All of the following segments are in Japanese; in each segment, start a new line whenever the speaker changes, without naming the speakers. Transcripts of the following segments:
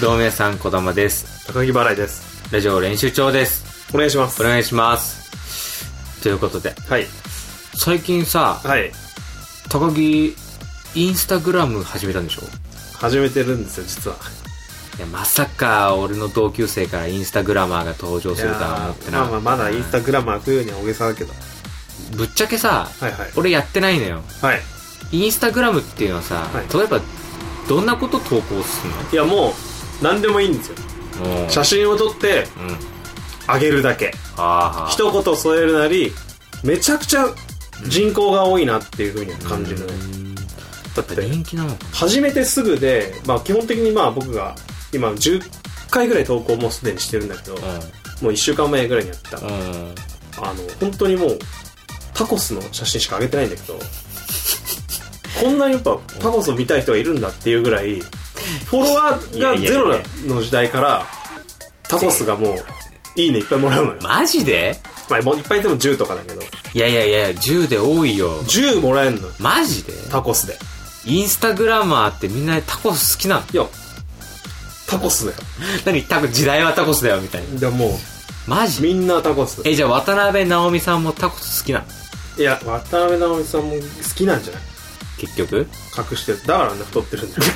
同盟さんこだまです。
高木払いです。
ラジオ練習長です。
お願いします。
お願いします。ということで、
はい。
最近さ、
はい。
高木、インスタグラム始めたんでしょ
始めてるんですよ、実は。
いや、まさか俺の同級生からインスタグラマーが登場するとは思って
い
な
やーまあまあ、まだインスタ
うん
グラマー食うには大げさだけど。
ぶっちゃけさ、
はいはい。
俺やってないのよ。
はい。
インスタグラムっていうのはさ、
はい
例えば、どんなこと投稿する
いや、もう、何でもいいんですよ。
のもう
写真を撮って、
うん。
あげるだけ。
ああ。
一言添えるなり、めちゃくちゃ人口が多いなっていうふうには感じるね。
うんや
だっ
っぱ
て、
人気なのか
始めてすぐで、まあ基本的にまあ僕が、今10回ぐらい投稿もうすでにしてるんだけど、もう1週間前ぐらいにやった。
うん。うん。
あの、本当にもう、タコスの写真しか上げてないんだけど、 こんなにやっぱタコスを見たい人がいるんだっていうぐらい、フォロワーがゼロの時代から、タコスがもう、いいねいっぱいもらうのよ。
マジで
まあ、もういっぱいでも10とかだけど、
いやいやいや、10で多いよ。
10もらえんのよ。
マジで
タコスで。
インスタグラマーってみんなタコス好きなの
いや、タコスだよ。
何タコ、時代はタコスだよ、みたいな。
でもも
マ
う、
ジ
みんなタコス。
え、じゃあ渡辺直美さんもタコス好きなの
いや、渡辺直美さんも好きなんじゃない
結局
隠してる。だからね、太ってるんだよ。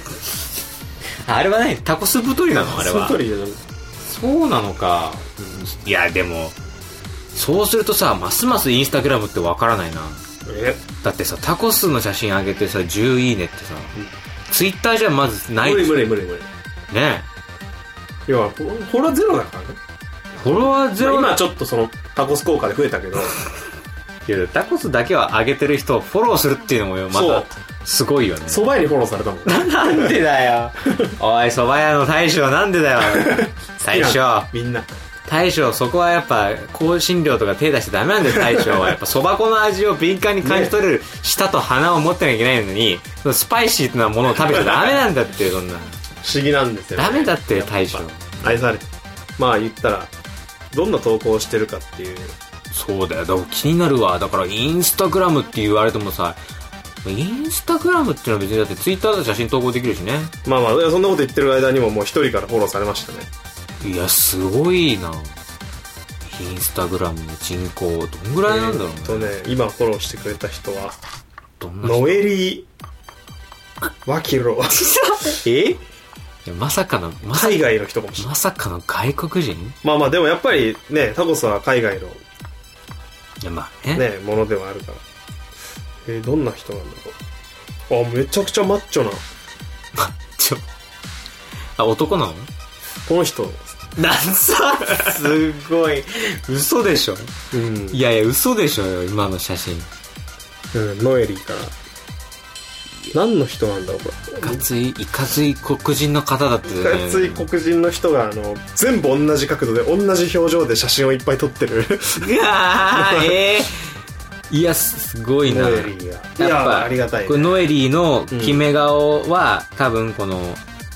あれはね、タコス太りな のあれは
太。りじゃない
そうなのか。いや、でも、そうするとさ、ますますインスタグラムってわからないな。
え、
だってさ、タコスの写真上げてさ、10いいねってさ、ツイッターじゃまずない
無理無
ね
理無理無理。
え。
要はフォフォロワーゼロだからね、
フォロワーゼロ
今
な
はちょっとそのタコス効果で増えた けど
いやタコスだけは上げてる人をフォローするっていうのもよま
そう
たすごいよね
そば屋にフォローされたもん
なんでだよおい蕎麦屋の大将なんでだよ大将
みんな
大将そこはやっぱ香辛料とか手出しちゃダメなんだよ大将はやっぱそば粉の味を敏感に感じ取れる舌と鼻を持ってなきゃいけないのにそのスパイシーなものを食べちゃダメなんだってそんな
不思議なんですよ、ね、
ダメだって大将
愛されてまあ言ったらどんな投稿をしてるかっていう
そうだよだから気になるわだからインスタグラムって言われてもさインスタグラムっていうのは別にだってツイッターで写真投稿できるしね
まあまあそんなこと言ってる間にももう一人からフォローされましたね
いや、すごいな。インスタグラムの人口、どんぐらいなんだろうね
えーっ。とね今フォローしてくれた人は
どんな人
ノエリー・ワキロ
えいやまさかの、まさ
海外の人かもしれない
まさかの外国人
まあまあでもやっぱりねタコスは海外の
いや、まあね。
ねものではあるからえーどんな人なんだろうあめちゃくちゃマッチョな
まあちょ。あ、男なの
この人
なんさ、すごい。嘘でしょ
うん
いやいや、嘘でしょよ、今の写真。
うんノエリーから何の人なんだろうこ
いかつい、いかつい黒人の方だって、ね。
れいかつい黒人の人があの全部同じ角度で同じ表情で写真をいっぱい撮ってる
うわーえーいや、すごいな。
ノエリーがい
やっ
や
ぱ
ありがたい
こ
ね、
れノエリーの決め顔は、多分この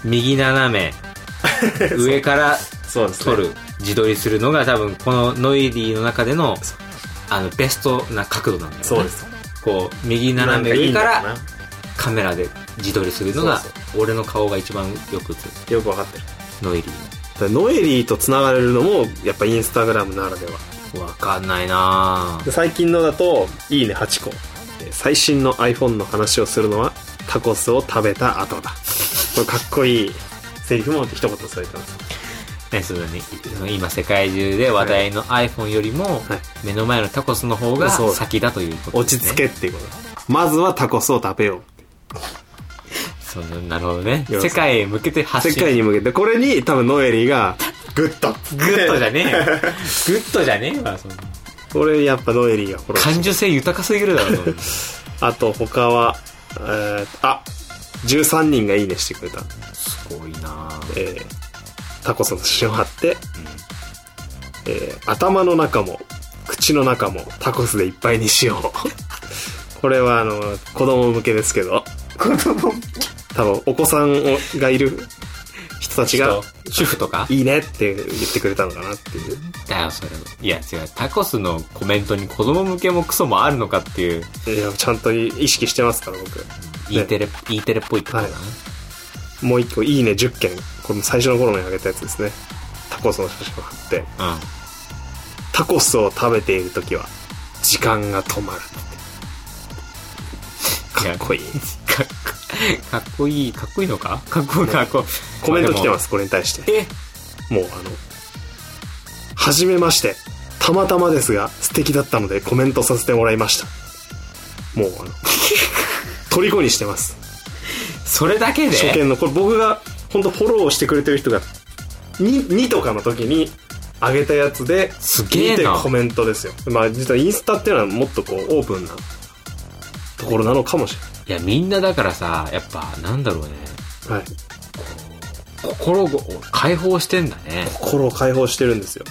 右斜 め上から
そうですね
撮る自撮りするのが多分このノエリーの中での
そう
あのベストな角度なんだよね
そうです
こう右斜め上から
なんかいいんだろ
カメラで自撮りするのが
そう
俺の顔が一番よく映る
うなよくわかってる
ノエリー
だからノエリーとつながれるのもやっぱインスタグラムならでは
わかんないな
で最近のだと「いいね8個」えー最新の iPhone の話をするのはタコスを食べた後だこれかっこいいセリフも一言添えてます
ねそうだねその今世界中で話題の iPhone よりも
はい
目の前のタコスの方が
そう
先だということです
落
ね
ち着けっていうことまずはタコスを食べよ
そうなるほどね。
よろ
世
しく
界へ向けて
う
発
世
信。
界に向けてこれに多分ノエリーがグッと
グッドじゃね えよ。グッドじゃねえわ、そんな
これやっぱノエリーがこれ
感受性豊かすぎるだろ、そんな
あと他は、えーあ13人が「いいね」してくれた、
すごいなぁ
えータコスの写真を貼って、えー頭の中も口の中もタコスでいっぱいにしよう これはあの子供向けですけど子供多分お子さんをがいる人たちが
人主婦とか
「いいね」って言ってくれたのかなっていう
だよ、それ。いや、違う。タコスのコメントに子供向けもクソもあるのかっていう、
いやちゃんと意識してますから僕
E テレ、E テレっぽいってことだね。
はいもう一個いいね10件これも最初の頃にあげたやつですねタコスの写真を貼って
うん。
タコスを食べている時は時間が止まるかっこいい
かっこかっこいい、かっこいいのかかっこいい、かっこいい。。
コメント来てますすこれに対して
え
もうあの初めましてたまたまですが素敵だったのでコメントさせてもらいましたもうあの 虜にしてます
それだけで
初見のこれ僕が本当フォローしてくれてる人が 2, 2とかの時に上げたやつです
げえ
見
な
てコメントですよまあ実はインスタっていうのはもっとこうオープンなところなのかもし
いや、みんなだからさ、やっぱ、なんだろうね。
れない、はい、
心を解放してんだね。
心を解放してるんですよ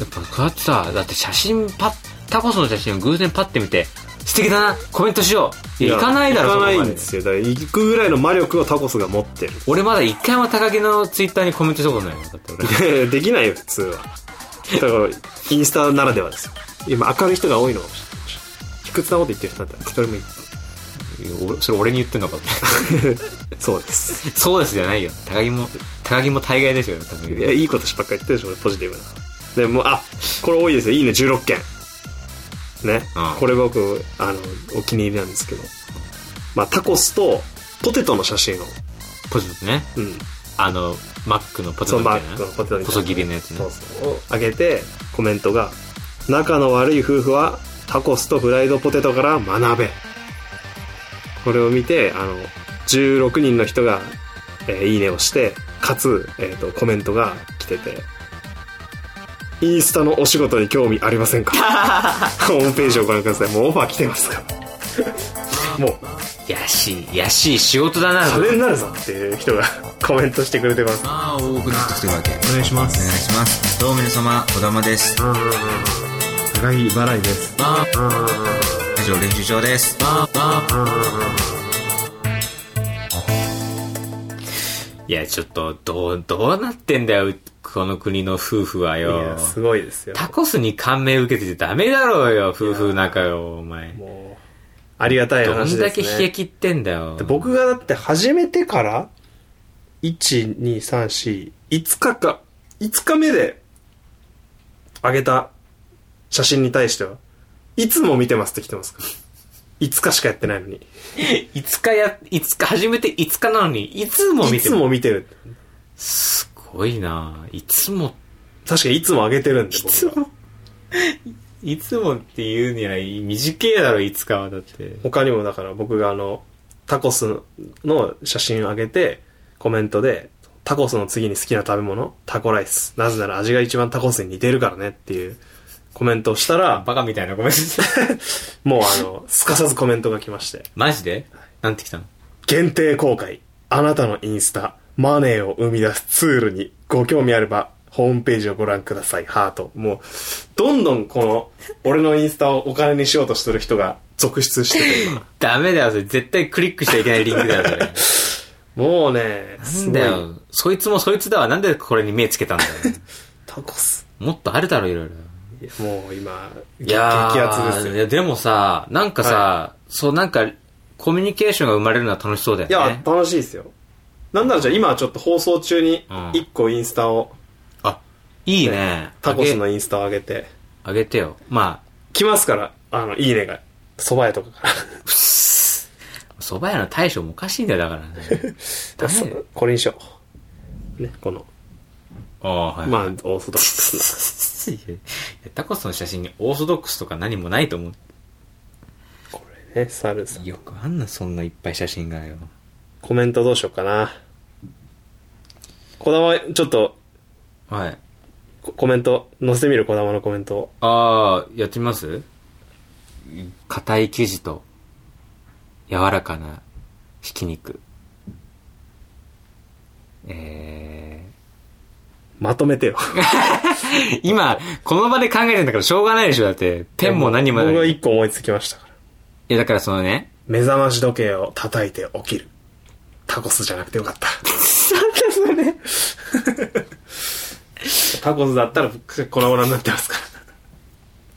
やっぱ、こうやってさ、だって写真パッ、タコスの写真を偶然パッて見て、素敵だなコメントしよういや、行かないだろ、
行かない
そこま
ん
で
ですよだから行くぐらいの魔力をタコスが持ってる
俺まだ一回も高木のツイッターにコメントしたことないもん。だって俺。
できないよ普通はだからインスタならではですよ今明るい人が多いのかもしれない卑屈なこと言ってる人だったら一人もいない
いや 俺それ俺に言ってんのか
そうです
そうですじゃないよ。高木も、高木も大概ですよ、高木
いや、いいことしばっかり言ってるでしょ、俺ポジティブな。でもう、あ、これ多いですよ。いいね、16件。ね。
うん
これ僕、あの、お気に入りなんですけど。まあ、タコスと、ポテトの写真を。
ポテトね。
うん。
あの、マックのポテ
そ
ト
の
みた
マ
い
ッ
な
クの。ポテトみたいな。
細切りのやつね
そうそう。をあげて、コメントが、仲の悪い夫婦は、タコスとフライドポテトから学べ。これを見て、あの、16人の人が、えーいいねをして、かつ、えっ、と、コメントが来てて、インスタのお仕事に興味ありま せんかホームページをご覧ください。もうオファー来てます から。もう、
やしい、やしい仕事だな。
金になるぞっていう人がコメントしてくれてます。
まあ多くなってきてるわけお
お願いしま
願い。しますどうも皆様小玉です
高木払いです。
以上練習場です
いや、ちょっと、どう、どうなってんだよ、この国の夫婦はいよ
や、。すごいですよ。
タコスに感銘受けててダメだろうよ、夫婦仲よ、お前。
もう、ありがたい
ど
話
ん
で
だ
す
け
ね。
冷え切ってんだよ。
僕がだって始めてから、1、2、3、4、5日か、5日目で、あげた写真に対しては、いつも見てますって来てますから。5日しかやってないのに。
いつかや、いつか、始めていつかなのに、いつも見
い
て
つも見てる。
すごいないつも、
確かにいつもあげてるんで、
い
僕
つ
は
も、 いつもって言うには短いだろ、いつかは。だって。
他にもだから僕があの、タコスの写真をあげて、コメントで、タコスの次に好きな食べ物タコライス。なぜなら味が一番タコスに似てるからねっていうコメントをしたら、
バカみたいな、ごめんなさ い。
もうあの、すかさずコメントが来まして。
マジでなんて来たの
限定公開。あなたのインスタ、マネーを生み出すツールにご興味あれば、ホームページをご覧ください。ハート。もう、どんどんこの、俺のインスタをお金にしようとしてる人が続出してて、 今。
ダメだよ、それ。絶対クリックしちゃいけないリンクだよ、それ。
もうね、
な
す
ん
ごい
だよ。そいつもそいつだわ。なんでこれに目つけたん だよ。
タコス。
もっとあるだろ、いろいろ。
いやもう今、
いやー
激アツです
い
よ。
や、でもさ、なんかさ、
は
そう、なんか、コミュニケーションが生まれるのは楽しそうだよ
い
ね。
や、楽しいですよ。なんならじゃあ今ちょっと放送中に
うん
一個インスタを、
あ、いいね。
タコスの
あげ
インスタを上げて、
あげてよ。ま
来ますから、あの、いいねが、蕎麦屋とかから。
あ、蕎麦屋の大将もおかしいんだよ、だから ね。ダメだよ。
これにしよう。ね、この、
ああ、はい。
まあ、オーソドックス
いやタコスの写真にオーソドックスとか何もないと思う。
な。これね、サルさん。
よくあんな、そんないっぱい写真がよ。
コメントどうしようかな。こだま、ちょっと、
はい。
ココメント、載せてみる、こだまのコメントを。
ああ、やってみます硬い生地と、柔らかなひき肉。え
まとめてよ。
ー、今、この場で考えてんだからしょうが ないでしょだって、ペンも何も
僕
な。
はい
い
一個思いつきましたから。
や、だからそのね、
目覚まし時計を叩いて起きる。タコスじゃなくてよかった。タコスだったら粉々になってますから。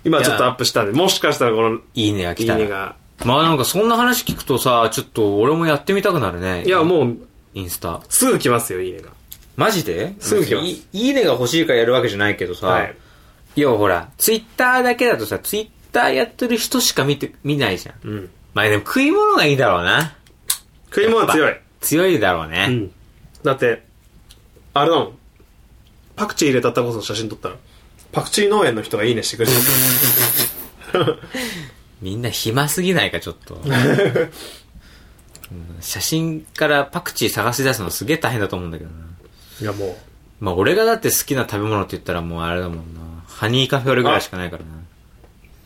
今ちょっとアップしたんで、もしかしたらこの
いいねが
い
来
い
たら。
ねが。
まあなんかそんな話聞くとさ、ちょっと俺もやってみたくなるね。
いや、もう、
インスタ。
すぐ来ますよ、いいねが。
マジです
ぐ来ます
いいいねが欲しいからやるわけじゃないけどさ、
はい
要はほら、ツイッターだけだとさ、ツイッターやってる人しか見て、見ないじゃん。
うん。
まあでも食い物がいいだろうな。
食い物強い。
強いだろうね。
うん。だって、あれだもん。パクチー入れたタコスの写真撮ったら、パクチー農園の人がいいねしてくれる。
みんな暇すぎないか、ちょっ と。うん写真からパクチー探し出すのすげえ大変だと思うんだけどな。
いやもう、
まあ俺がだって好きな食べ物って言ったらもうあれだもんな。ハニーカフェオレぐらいしかないからな。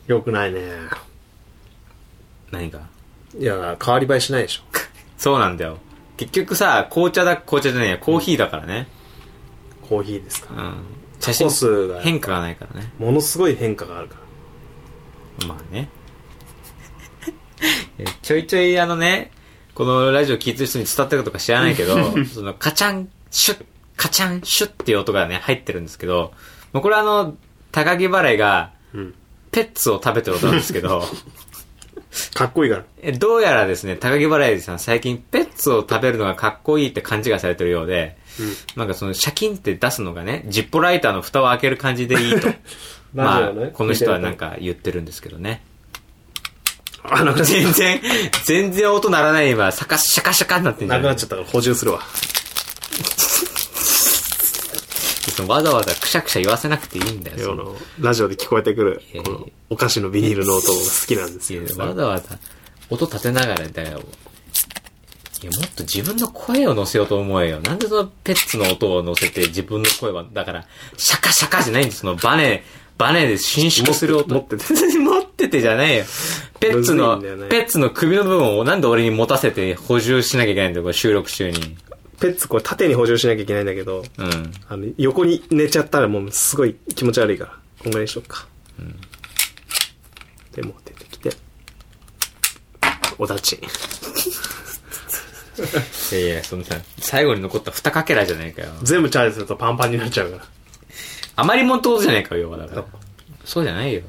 良くないね。
何か。
いや、変わり映えしないでしょ。
そうなんだよ。結局さ、紅茶だ、紅茶じゃないや、コーヒーだからね。
コーヒーですか
う
ら。
ん。写
コスが
変化がないからね。
ものすごい変化があるから。
まあね。 えちょいちょいあのね、このラジオ聞いてる人に伝わったかとか知らない けど、そのカチャン、シュッ、カチャン、シュッっていう音がね、入ってるんですけど、もうこれあの、高木バレーが、
うん。
ペッツを食べてる音なんですけ ど、
かっこいいから。
えどうやらですね、高木バレーさん最近ペッツを食べるのがかっこいいって勘違いされてるようで、なんかそのシャキンって出すのがね、ジッポライターの蓋を開ける感じで いいと。まあ、この人はなん。か言ってるんですけどね。
あ、 なくなっちゃっ
全然、全然音鳴らない今、サカシャカシャカになって
た。
んじゃ。
なんくなっちゃったから補充するわ。
そのわざわざくしゃくしゃ言わせなくていいんだよ。そ
こ
の
のラジオで聞こえてくる
いや、いや
このお菓子のビニールの音が好きなんです
い
よ。
やわざわざ音立てながらだよ。いや、もっと自分の声を乗せようと思えよ。なんでそのペッツの音を乗せて自分の声は、だから、シャカシャカじゃないんです。そのバネ、バネで伸縮する音。
持って 持
持っててじゃないよ。ペッツの、
むずいんだよね
ペッツの首の部分をなんで俺に持たせて補充しなきゃいけないんだよ、これ収録中に。
ペッツこれ縦に補充しなきゃいけないんだけど、
うん。
あの、横に寝ちゃったらもうすごい気持ち悪いから、こんぐらいにしようか。で、もう出てきて、おだち。
いやいや、そのさ、最後に残った二かけらじゃないかよ。
全部チャージするとパンパンになっちゃうから。
余り物ってことじゃないかよ、要はだから。そうじゃないよ。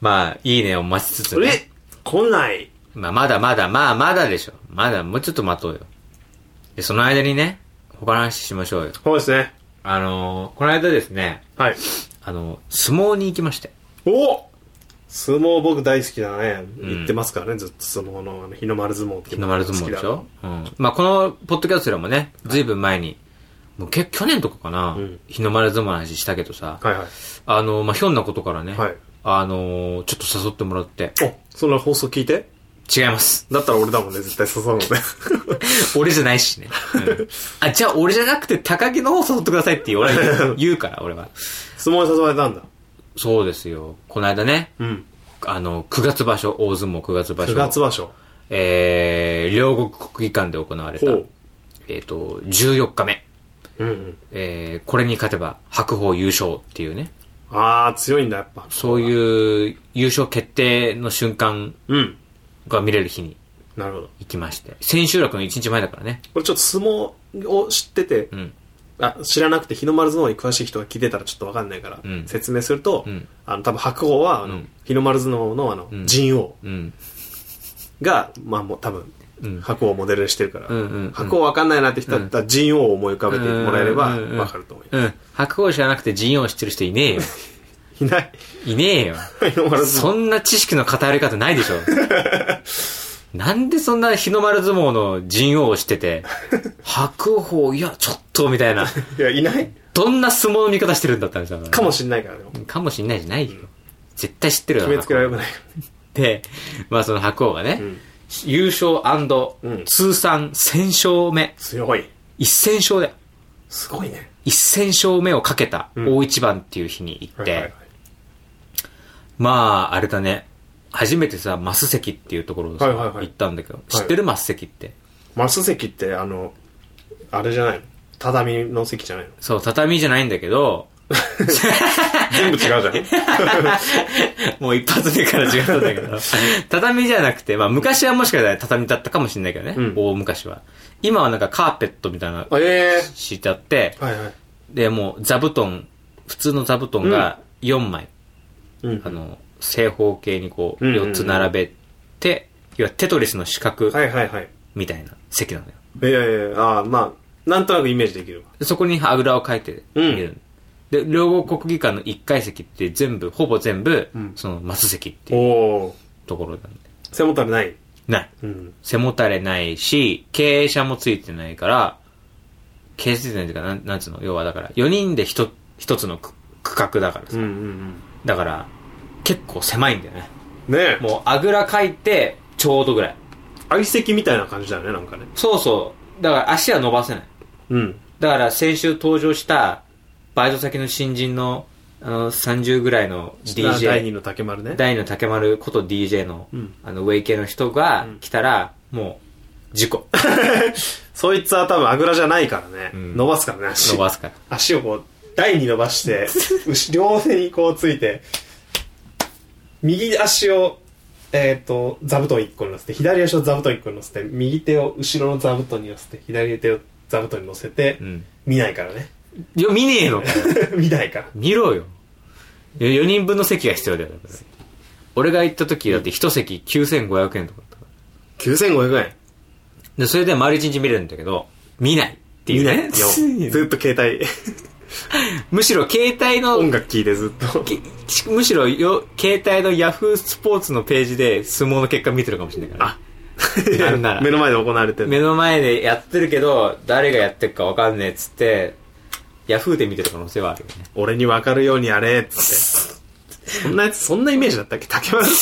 まあ、いいねを待ちつつ、ね。
え来ない
まあ、まだまだ、まあ、まだでしょ。まだ、もうちょっと待とうよ。で、その間にね、他の話しましょうよ。
そうですね。
あのー、この間ですね、
はい。
あの、相撲に行きまして。
お相撲僕大好きだね。
ん
言ってますからね、ずっと相撲のあの日の丸相撲ってい
日
うの
の
が
丸
好きだ
相撲でしょうん。まあ、この、ポッドキャストでもね、ずいぶん前に、もうけ、去年とかかな、
ん
日の丸相撲の話したけどさ、
はいはい。
あのー、まあ、ひょんなことからね、
はい
あのー、ちょっと誘ってもらって、
お、その放送聞いて
違います。
だったら俺だもんね、絶対誘うので。
俺じゃないしね。うんあ、じゃあ俺じゃなくて高木の方誘ってくださいって言う俺 は言うから、俺は。
相撲に誘われたんだ。
そうですよ。この間ね、
うん。
あの、9月場所、大相撲9月場所。
九月場所。
えー、両国国技館で行われた
ほう、
えっ、と、14日目。
うんうん。
えー、これに勝てば白鵬優勝っていうね、
あー、強いんだ、やっぱ。
そういう優勝決定の瞬間
うん。
が見れる日に
なるほど。
行きまして、千秋楽の1日前だからね。
これちょっと相撲を知ってて、
うん。
あ知らなくて日の丸相撲に詳しい人が聞いてたらちょっとわかんないから、
うん
説明すると、
うん
あの多分白鵬はあの、
うん
日の丸相撲のあの、
ん
陣王
うん。
が、まあもう多分、
うん
白鵬をモデルにしてるから、
うんうんうん
白鵬わかんないなって人だったら陣王を思い浮かべてもらえれば
うんうんうん
わかると思いま
うん。白鵬知らなくて陣を知ってる人いねえ よ。
す。いない。
いねえよ。
日の丸相撲。
そんな知識の偏り方ない でしょ。なんでそんな日の丸相撲の陣王をしてて、白鵬、いや、ちょっと、みたいな。
いや、いない
どんな相撲の見方してるんだったんですか
かもしんないからね。
かもしんないじゃないよ。絶対知ってるよ
決めつけられるくない。
で、まあその白鵬がね、
ん
優勝
うん
通算1000勝目。
強い。
1000勝だよ。
すごいね。
1000勝目をかけた大一番っていう日に行って、
はいはいはい
まあ、あれだね。初めてさ、マス席っていうところをさ
はいはいはい
行ったんだけど、知ってるマス席って。
マス席ってあの、あれじゃないの畳の席じゃな いの
そう、畳じゃないんだけど、
全部違うじゃん。
もう一発目から違ったんだけど、 畳じゃなくて、まあ昔はもしかしたら畳だったかもしれないけどね、
うん
大昔は。今はなんかカーペットみたいなの
あえ
敷いてあって
え、はいはい。
で、もう座布団、普通の座布団が4枚、
うん
あの、正方形にこう、
うんうんうん
4つ並べて、要はテトリスの四角
はいはいはい。
みたいな席なのよ。
いやいやいやああまあなんとなくイメージできるわ
でそこにあぐらをかいて
うん
いるで両国国技館の1階席って全部ほぼ全部、その松席って
お
いう
お
ところなんで
背もたれない
ない
うん
背もたれないし経営者もついてないから経営者ついてないっていうかなんなんつうの要はだから4人で一一つの区区画だからさ、
うんうん
だから結構狭いんだよね
うんねえ
もうあぐらかいてちょうどぐらい
相席みたいな感じだよねなんかね
そうそうだから足は伸ばせない
うん
だから先週登場したバイト先の新人のあの30ぐらいの
あ第
DJ
二の竹丸ね
第二の竹丸こと DJ の,、
うん
あのウェイ系の人が来たら、もう事 故
そいつは多分あぐらじゃないからね、
うん
伸ばすからね足
伸ばすから
足をこう台に伸ばして 後両手にこうついて右足をえっ、と座布団1個に乗せて左足を座布団1個に乗せて右手を後ろの座布団に乗せて左手を座布団に乗せて、
うん
見ないからね
いや見ねえのかよ
見ないから
見ろよ4人分の席が必要だよだから俺が行った時だって1席9500円とかだったから
9500円
でそれで丸1日見れるんだけど見ないっていうね
ずっと携帯
むしろ携帯の
音楽聴いてずっと
けむしろよ携帯のヤフースポーツのページで相撲の結果見てるかもしれないから、ね、なんなら
目の前で行われて
目
る
の前でやってるけど誰がやってるかわかんねえっつってヤフーで見てる可能性はあるよね
俺に分かるようにやれっつってそんなやつそんなイメージだったっけ竹 丸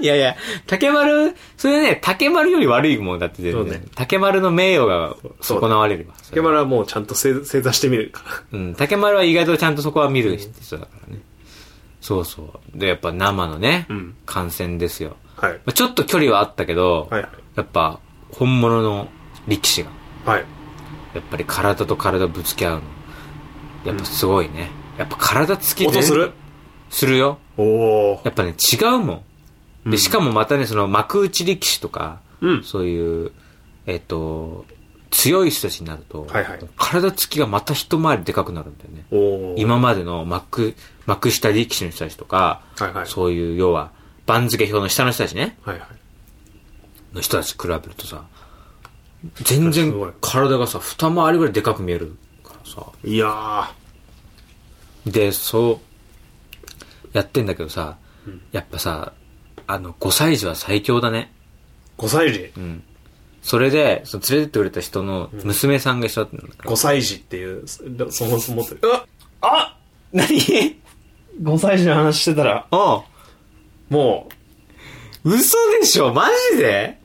いやいや竹丸それね竹丸より悪いもんだって全然
そうね
竹丸の名誉が損なわれるわ
竹丸はもうちゃんと正正座してみるから
うん、竹丸は意外とちゃんとそこは見る人だからね。そうそう。で、やっぱ生のね、
うん
観戦ですよ。
はい
まあ、ちょっと距離はあったけど、
はい
やっぱ本物の力士が、
はい
やっぱり体と体ぶつけ合うの。やっぱすごいね。やっぱ体つき
音する
するよ。
おお
やっぱね、違うもん。で、しかもまたね、その幕内力士とか、
うん
そういう、えっ、と、強い人たちになると、
はいはい
体つきがまた一回りでかくなるんだよね。
おお
今までの幕幕下力士の人たちとか、
はいはい
そういう要は番付表の下の人たちね
はいはい
の人たち比べるとさ全然
すごい
体がさ二回りぐらいでかく見えるからさ
いやー
でそうやってんだけどさ、やっぱさあの5歳児は最強だね
5歳児、
それでその連れてってくれた人の娘さんが一緒だったんだから、
5歳児っていうそそもそもと
あ 何
5歳児の話してたら
おう
も
嘘でしょマジで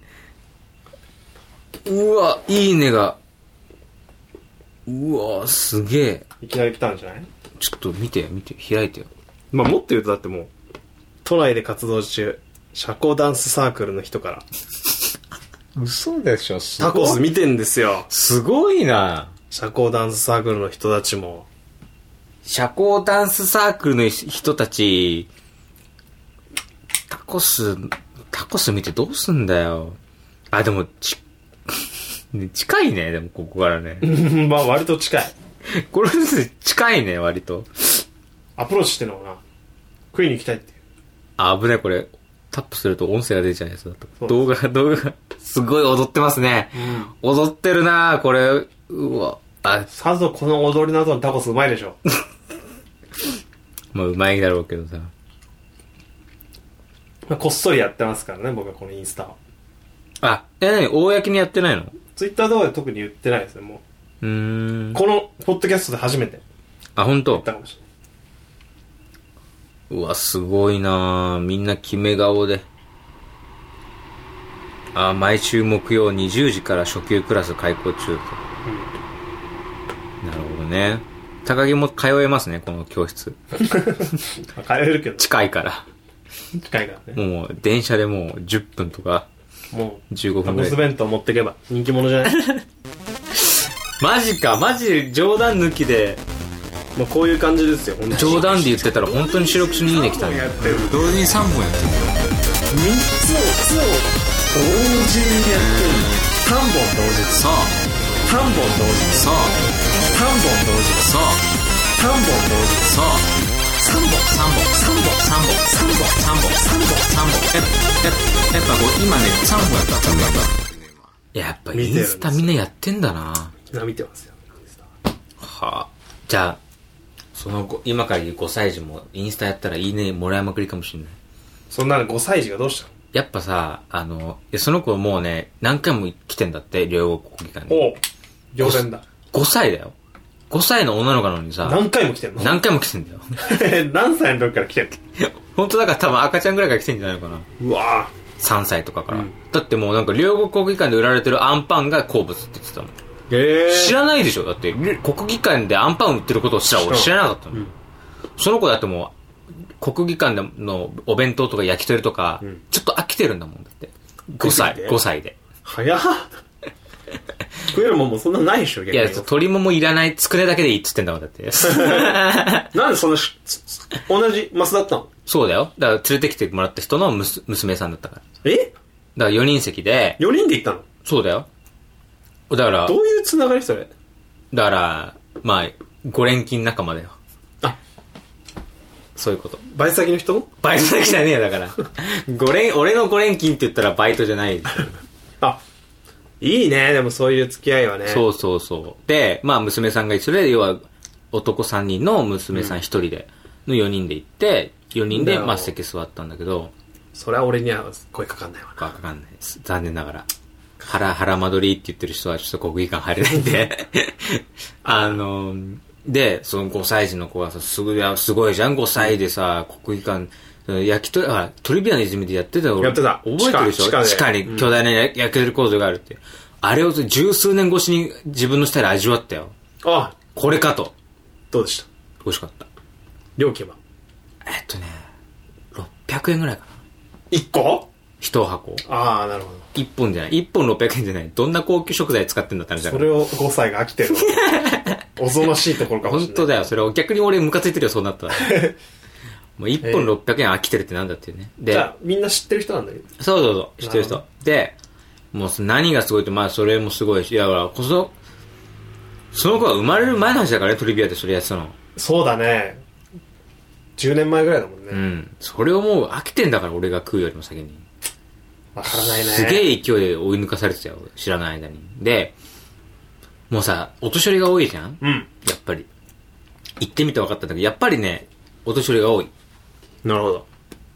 うわ、いいねが。うわ、すげえ。
ういきなり来たんじゃない
ちょっと見てよ、見てよ、開いてよ。
まあもっと言うとだってもう都内で活動中社交ダンスサークルの人から
嘘でしょ
タコス見てんですよ
すごいな。
社交ダンスサークルの人たちも
社交ダンスサークルの人たち、タコス、タコス見てどうすんだよ。あ、でも、ち、 ね近いね、でもここからね。
まあ割と近い
これ、近いね、割と。
アプローチしてんのかな食いに行きたいっていう
あ、危ない、これ。タップすると音声が出ちゃうやつだった。
う
動画、動画が、すごい踊ってますね。踊ってるなぁこれ。うわ。あ、
さぞこの踊りの後のタコスうまいでしょ
まあ、うまいだろうけどさ。
まあこっそりやってますからね僕はこのインスタを
あ、え、なに、公にやってないの
ツイッター動画で特に言ってないですねもう
うーん。
このポッドキャストで初めてや
あ、ほんと
った。かもしれないう
わ、すごいなぁみんな決め顔で。あ、毎週木曜20時から初級クラス開講中と。なるほどね。高木も通えますね、この教室。
まあ通えるけど
近いから。
近いからね
もう、電車でもう10分とか
もう
15
タ
分
コ
ぐ
ス
らい。
弁当持ってけば人気者じゃない
マジか、マジ冗談抜きで、
まあこういう感じですよ本当に
冗談で言ってたら本当に視力中にいいね来たね。
やってる3
同時に3本やってる
つを同時にやってる3本同時
そう
3本同時
そう
3本同時
そう
3本同時
そう3本3本3本3本3本3本3本3本やっぱやっぱこう今ね3本やった3本やった
やっぱ
見
イ
て
ン
るんです
ス
よ
タみんなやってんだな
みんな見てますよ。
はあじゃあそのご今から言う5歳児もインスタやったらいいねもらいまくりかもしれない
そんな5歳児がどうし
やっぱさあのいやその子もうね何回も来てんだって両国国技館
たの
に
おう、常連だ。
5歳だよ5歳の女の子なのにさ
何回も来てんの
何回も来てんだよ
何歳の時から来てん
本当だから多分赤ちゃんぐらいから来てんじゃないかな
のうわぁ。
3歳とかから、
うん
だってもうなんか両国国技館で売られてるアンパンが好物って言ってたもん
え
知らないでしょだってり国技館でアンパン売ってることを知ら俺知らなかったの、
うん
その子だってもう国技館のお弁当とか焼き鳥とか、
うん
ちょっと飽きてるんだもんだって5歳
食いすぎて
5歳で
早っ。食えるもんもそんなないでしょ、
い
逆
や
に。
鶏ももいらないつくねだけでいいっつってんだもんだって
なんでそのし、つつ同じマスだったの
そうだよだから連れてきてもらった人のむす娘さんだったから
え
だから4人席で
?4 人で行ったの
そうだよだから
どういうつながりそれ
だからまあ5連勤仲間だよ
あ
そういうこと
バイト先の人
バイトだけじゃねえよだ から。五連、俺の5連勤って言ったらバイトじゃない。
あ、いいね、でもそういう付き合いはね。
そうそうそう。で、まあ娘さんが一緒で、要は男3人の娘さん1人で、の4人で行って、4人で
なるほど
まあ席座ったんだけど、
それは俺には声かかんないわな。
わかんないです。残念ながら。腹、腹間取りって言ってる人はちょっと国技館入れないんで。 あの、で、その5歳児の子がさ、すごい、すごいじゃん、5歳でさ、国技館、焼き鳥、あ、トリビアの泉でやってたよ。
やってた
覚えてるでしょ
地下地
地
下
下
で
に巨大な焼き鳥構造があるって。あれを十数年越しに自分の舌で味わったよ。
あ、
これかと。
どうでした
美味しかった。
料金は
えっとね、600円ぐらいかな。
?1 個
一箱。
ああ、なるほど。
一本じゃない。一本600円じゃない。どんな高級食材使ってんだったのじゃ
それを5歳が飽き てるのおぞましいところかも
本
しれない。
当だよ、それを。逆に俺ムカついてるよ、そうなったら。もう一本600円飽きてるってなんだっていうね。で
じゃ、あ、みんな知ってる人なんだけど。
そうそうそう、知ってる
な
人。で、もう何がすごいって、まあそれもすごいし、いや、ほら、こそ、その子が生まれる前の話だからね、トリビアでそれやってたの。
そうだね。10年前ぐらいだもんね。
うん。それをもう飽きてんだから、俺が食うよりも先に。
わからないね。
すげえ勢いで追い抜かされてたよ、知らない間に。で、もうさ、お年寄りが多いじゃん
うん。
やっぱり。行ってみて分かったんだけど、やっぱりね、お年寄りが多い。
なるほど。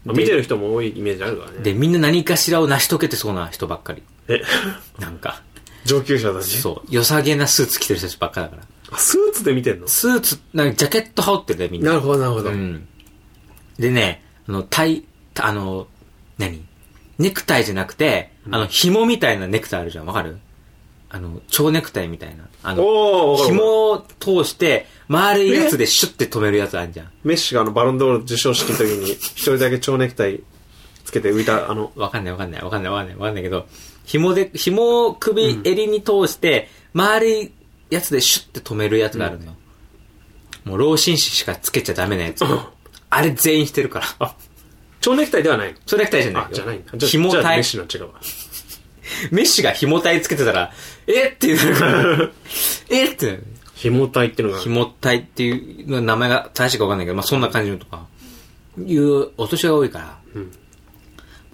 まあ見てる人も多いイメージあるからね。
で、みんな何かしらを成し遂げてそうな人ばっかり。
え、
なんか、
上級者だし。
そう、良さげなスーツ着てる人たちばっかだから。
あスーツで見てんの
スーツ、なんかジャケット羽織ってるね、みんな。
なるほど、なるほど。
うん。でね、あの、タイ、あの、何ネクタイじゃなくて、あの、紐みたいなネクタイあるじゃん、わかるあの、蝶ネクタイみたいな。あの、
おー、わかるわかる
紐を通して、丸いやつでシュッて止めるやつあるじゃん。
メッシがあのバロンドール授賞式の時に一人だけ蝶ネクタイつけて浮いた、あの、
わかんないわかんないわかんないわかんないわかんないけど、紐で、紐を首、襟に通して、丸いやつでシュッて止めるやつがあるのよ。もう老紳士しかつけちゃダメなやつ。あれ全員してるから。
あ、蝶ネクタイではないの
それだけじゃない
あ
よ。、
じゃないんだ。じゃ
紐
じゃあメ
帯
ッ。シの違うわ。
メッシが紐帯つけてたら、えってなる から。えってなる。
紐帯ってのがある。
紐帯っていう名前が正しいかわかんないけど、まあそんな感じのとか、いうお年が多いから、も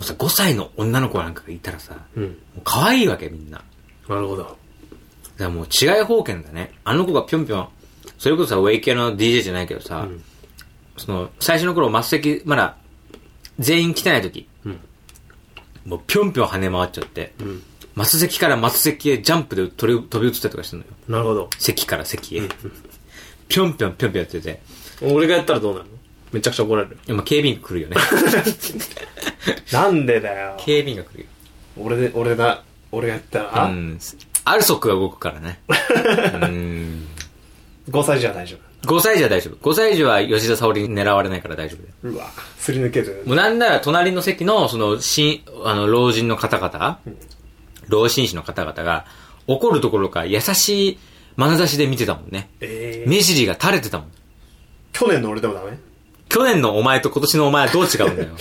うさ、5歳の女の子なんかがいたらさ、
う
も
ん。
う可愛いわけみんな。
なるほど。
だからもう違い方権だね。あの子がぴょんぴょん、それこそさ、ウェイ系の DJ じゃないけどさ、その、最初の頃、末席、まだ、全員来てない時、
うん
もうぴょんぴょん跳ね回っちゃって、
ん
末席から末席へジャンプで飛び飛び移ったりとかしてるのよ。
なるほど。
席から席へ。ぴょんぴょんぴょんぴょんやってて、
俺がやったらどうなるのめちゃくちゃ怒られる。
今警備員来るよ ね。
なんでだよ。
警備員が来るよ。
俺で、俺だ。俺がやったら、
うん。アルソックが動くからね。うん。
5歳じゃ大丈
5歳児は大丈夫。5歳児は吉田沙織に狙われないから大丈夫だよ。
夫。うわ。すり抜ける。
もうなんなら隣の席の、その、新、あの、老人の方々、老紳士の方々が、怒るところか優しい眼差しで見てたもんね。
えー、
目尻が垂れてたもん。
去年の俺でもダメ
去年のお前と今年のお前はどう違うんだよ。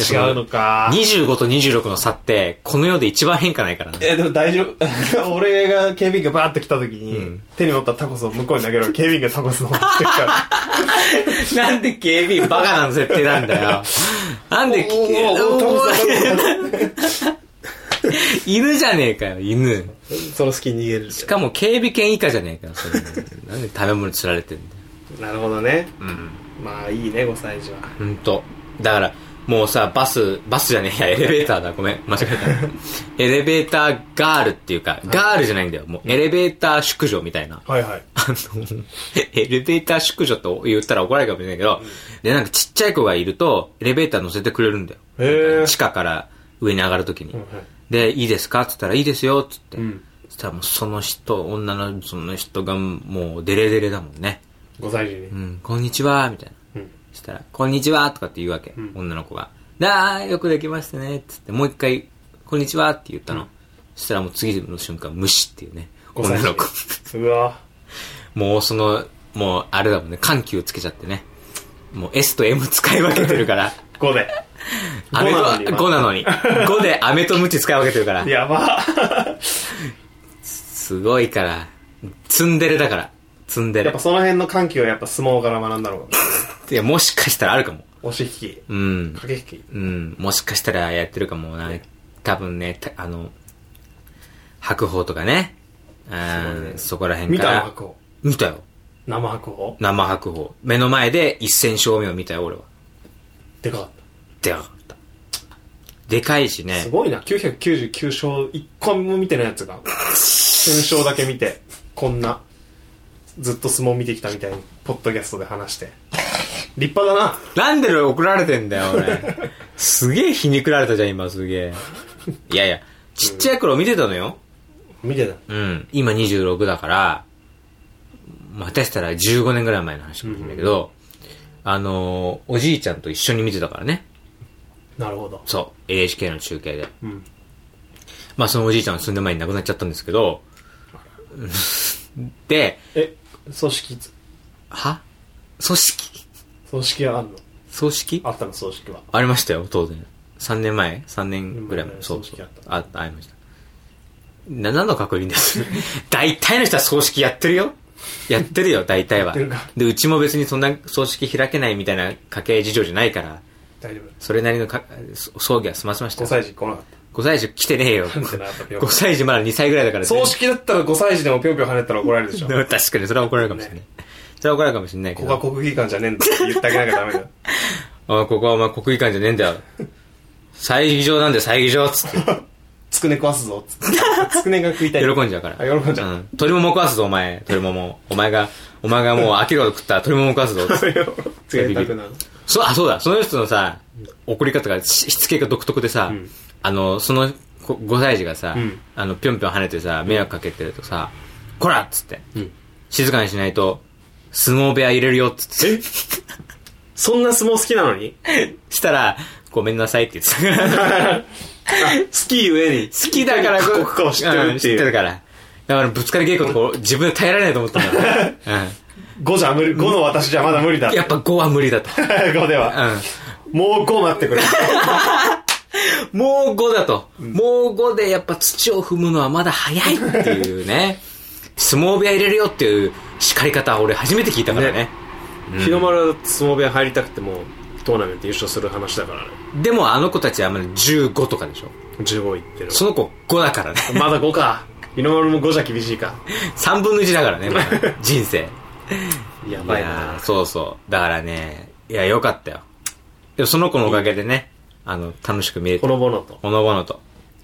違うのか。
25と26の差って、この世で一番変化ないからね。
え、でも大丈 夫。俺が警備員がバーって来た時に、手に持ったタコスを向こうに投げろ。警備員がタコスの方にしてる から。
なんで警備員バカな設定なんだよ。なんで、
おーおーおー
おー
タコスタコス
犬じゃねえかよ、犬。
その隙に逃げる
しかも警備犬以下じゃねえかよ、それ。なんで食べ物釣られてんだよ。
なるほどね
うん。
まあいいね5歳児は
ほんと。だから、もうさ、バス、バスじゃねえや、エレベーターだ。ごめん、間違えた。エレベーターガールっていうか、ガールじゃないんだよ。もう、エレベーター宿女みたいな。
はいはい
あの、エレベーター宿女と言ったら怒られるかもしれないけど、で、なんかちっちゃい子がいると、エレベーター乗せてくれるんだよ。
へー
地下から上に上がるときに。
んはい
で、いいですかって言ったら、いいですよって言って。
ん
そしたらもうその人、女のその人がもうデレデレだもんね。
5歳児
う
に
ん、こんにちは、みたいな。
うん
そしたら、こんにちはとかって言うわけ、
ん
女の子が。ああ、よくできましたね、ってって、もう一回、こんにちはって言ったの。そしたらもう次の瞬間、無視っていうね、
5歳
女
児
の子。
うわ
もうその、もうあれだもんね、緩急つけちゃってね。もう S と M 使い分けてる から。
5で
アメと、
5
5なのに。5でアメとムチ使い分けてるから。
やば
すごいから。ツンデレだから。ツンデ
や
レ
っぱ。その辺の緩急はやっぱ相撲から学んだろう
いや、もしかしたらあるかも。
押し引き
うん。
駆け引き
うん。もしかしたらやってるかもな。多分ね、たあの、白鵬とかね。うん、そこら辺
見
か
たの
ら。
白鵬
見たよ。
生白鵬
生白鵬。目の前で一戦勝負を見たよ、俺は。
でかかっ
でかかった。でかいしね。
たすごいな999勝1個も見てないやつが戦勝だけ見てこんなずっと相撲見てきたみたいにポッドキャストで話して立派だな
なんで怒られてんだよ、俺。すげえ皮肉られたじゃん、今、すげえ。いやいや、ちっちゃい頃見てたのよ。
見てた
うん。今26だから、またしたら15年ぐらい前の話かもしれないけど、あのー、おじいちゃんと一緒に見てたからね。
なるほど
そう。NHK の中継で。
うん
まあ、そのおじいちゃんは数年前に亡くなっちゃったんですけど、 うんで、
え葬式いつ
は組織
葬式はあるの
葬式
あったの葬式は
ありましたよ、当然。3年前 ?3 年ぐらい前。
うん
そう
葬
そ
式や
う
っ。た
あった、ありました。な、何の確認です 大体の人は葬式やってるよ。やってるよ、大体は
やってるか。
で、うちも別にそんな葬式開けないみたいな家計事情じゃないから、
大丈
それなりのかそ葬儀は済ませまし
夫
たよ。
5歳児来なかっ
5歳児来てねえよ。
たなんてなやっぱぴょん
5歳児まだ2歳ぐらいだから。
葬式だったら5歳児でもぴょんぴょん跳ねたら怒られるでしょ
でも 確かにそれは怒られるかもしれない。それは怒られるかもしれないけ
こ
ど。
こは国技館じゃねえんだって言ってあげなきゃ ダメだよ
あここはお前国技館じゃねえんだよ。祭儀場なんだよ、祭儀場っつって。
つくね食わすぞつってつくねが食いたい
喜んじゃうから。
あ喜んじゃう
うん。鶏もも食わすぞ、お前。鶏もも。お前が、お前がもう飽きるほど食ったら鶏もも食わ すぞ。
つけたくなる
そう、あ、そうだ。その人のさ、怒り方が、ししつけが独特でさ、
ん
あの、そのこ5歳児がさ、
うん
あの、ぴょんぴょん跳ねてさ、迷惑かけてるとさ、こらっつって、
うん
静かにしないと、相撲部屋入れるよっつって。
そんな相撲好きなのに
したら、ごめんなさいって言ってたから。
好きゆえに
好きだから
過酷かを知ってる
ん
っ
知
て
って
い
る
う
から。だから、ぶつかり稽古とか、自分で耐えられないと思ったんだ よ。
5じゃ無理5の私じゃまだ無理だ
うん。やっぱ5は無理だと。
5では
うん。
もう5待ってくれ
もう5だと。もう5でやっぱ土を踏むのはまだ早いっていう ね。相撲部屋入れるよっていう叱り方は俺初めて聞いたからね。
日の丸相撲部屋入りたくてもトーナメント優勝する話だからね
でもあの子たちはまだ15とかでしょ。
15いってる
その子5だからね。
まだ5か日の丸も5じゃ厳しいか
3分の1だからね、ま だ人生。
や
いやーそうそう。だからね、いや、よかったよ。でもその子のおかげでね、あの、楽しく見れて、
ほ
ほ
のぼのと
のぼのと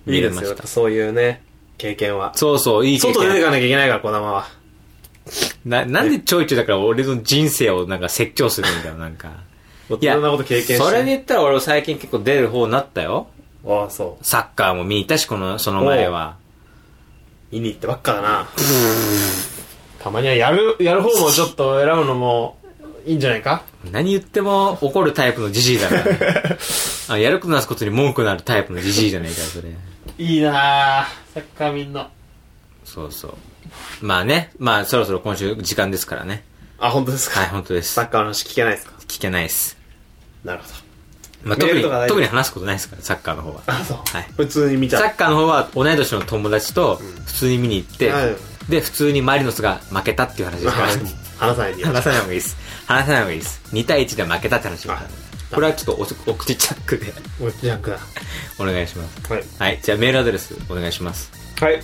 い
見
い
れ
で
ますし
よ
た。
そういうね経験は
そうそう、いい経験
外出ていかなきゃいけないから児玉は
な、なんでちょいちょいだから俺の人生をなんか説教するんだよ、なんか。
いろんなこと経験して
それで言ったら俺最近結構出る方になったよ。
ああそう
サッカーも見に行ったし、この、その前は。
見に行ってばっかだなたまにはやるやる方もちょっと選ぶのもいいんじゃないか
何言っても怒るタイプのジジイ だから、ね、あやることなすことに文句のあるタイプのジジイじゃないから、それ。
いいなあサッカーみんな
そうそう。まあね、まあそろそろ今週時間ですからね。
あ本当ですか
はい、本当です
サ。ッカーの話聞けないですか
聞けないです。
なるほど
まあ
メ
特
ール
に
とかない、
特に話すことないですから、サッカーの方は。
あそう、
はい
普通に見
サ
た
ッカーの方は同い年の友達と普通に見に行って、
はい
で、普通にマリノスが負けたっていう話ですから
はい 話さないでよ
話さない方がいいです。話さない方がいいです。2対1で負けたって話ですから
はい
これはちょっとお、お口チャックで、
もうジャンクだ
お願いします。
はい。
はい。じゃあメールアドレスお願いします。
はい。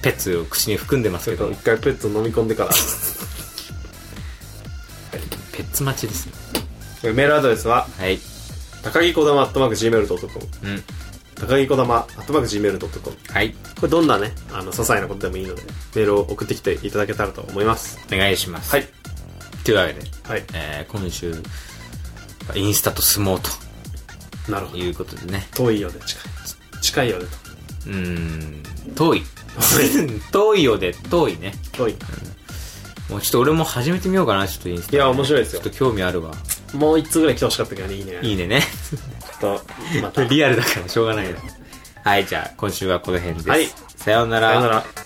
ペッツを口に含んでます
ちょ
け
っと
ど、
一回ペット飲み込んでから。
ペッツ待ちですね。
メールアドレスは、
はい。
高木こだま、アットマーク Gmail.com。
うん。
高木こだま、アットマーク Gmail.com。
はい。
これどんなね、あの、些細なことでもいいので、メールを送ってきていただけたらと思います。
お願いします。
はい。
というわけで、
はい。
えー、今週、インスタと相撲
なるほ
と
ど
い。うことでね。
遠いよね、近い。近いよね、
うーん、遠い。
と。
遠いよで、遠いね。
遠い。
もうちょっと俺も始めてみようかな、ちょっとインスタ。
いや、面白いです
ちょ
よ
っと。興味あるわ。
もう一通ぐらい来てほしかったけどね、いいね。
いいねね。
ちょっと、また。
リアルだからしょうがないよ。はい、じゃあ今週はこの辺です。
はい
さような
さ
ら。
よなら。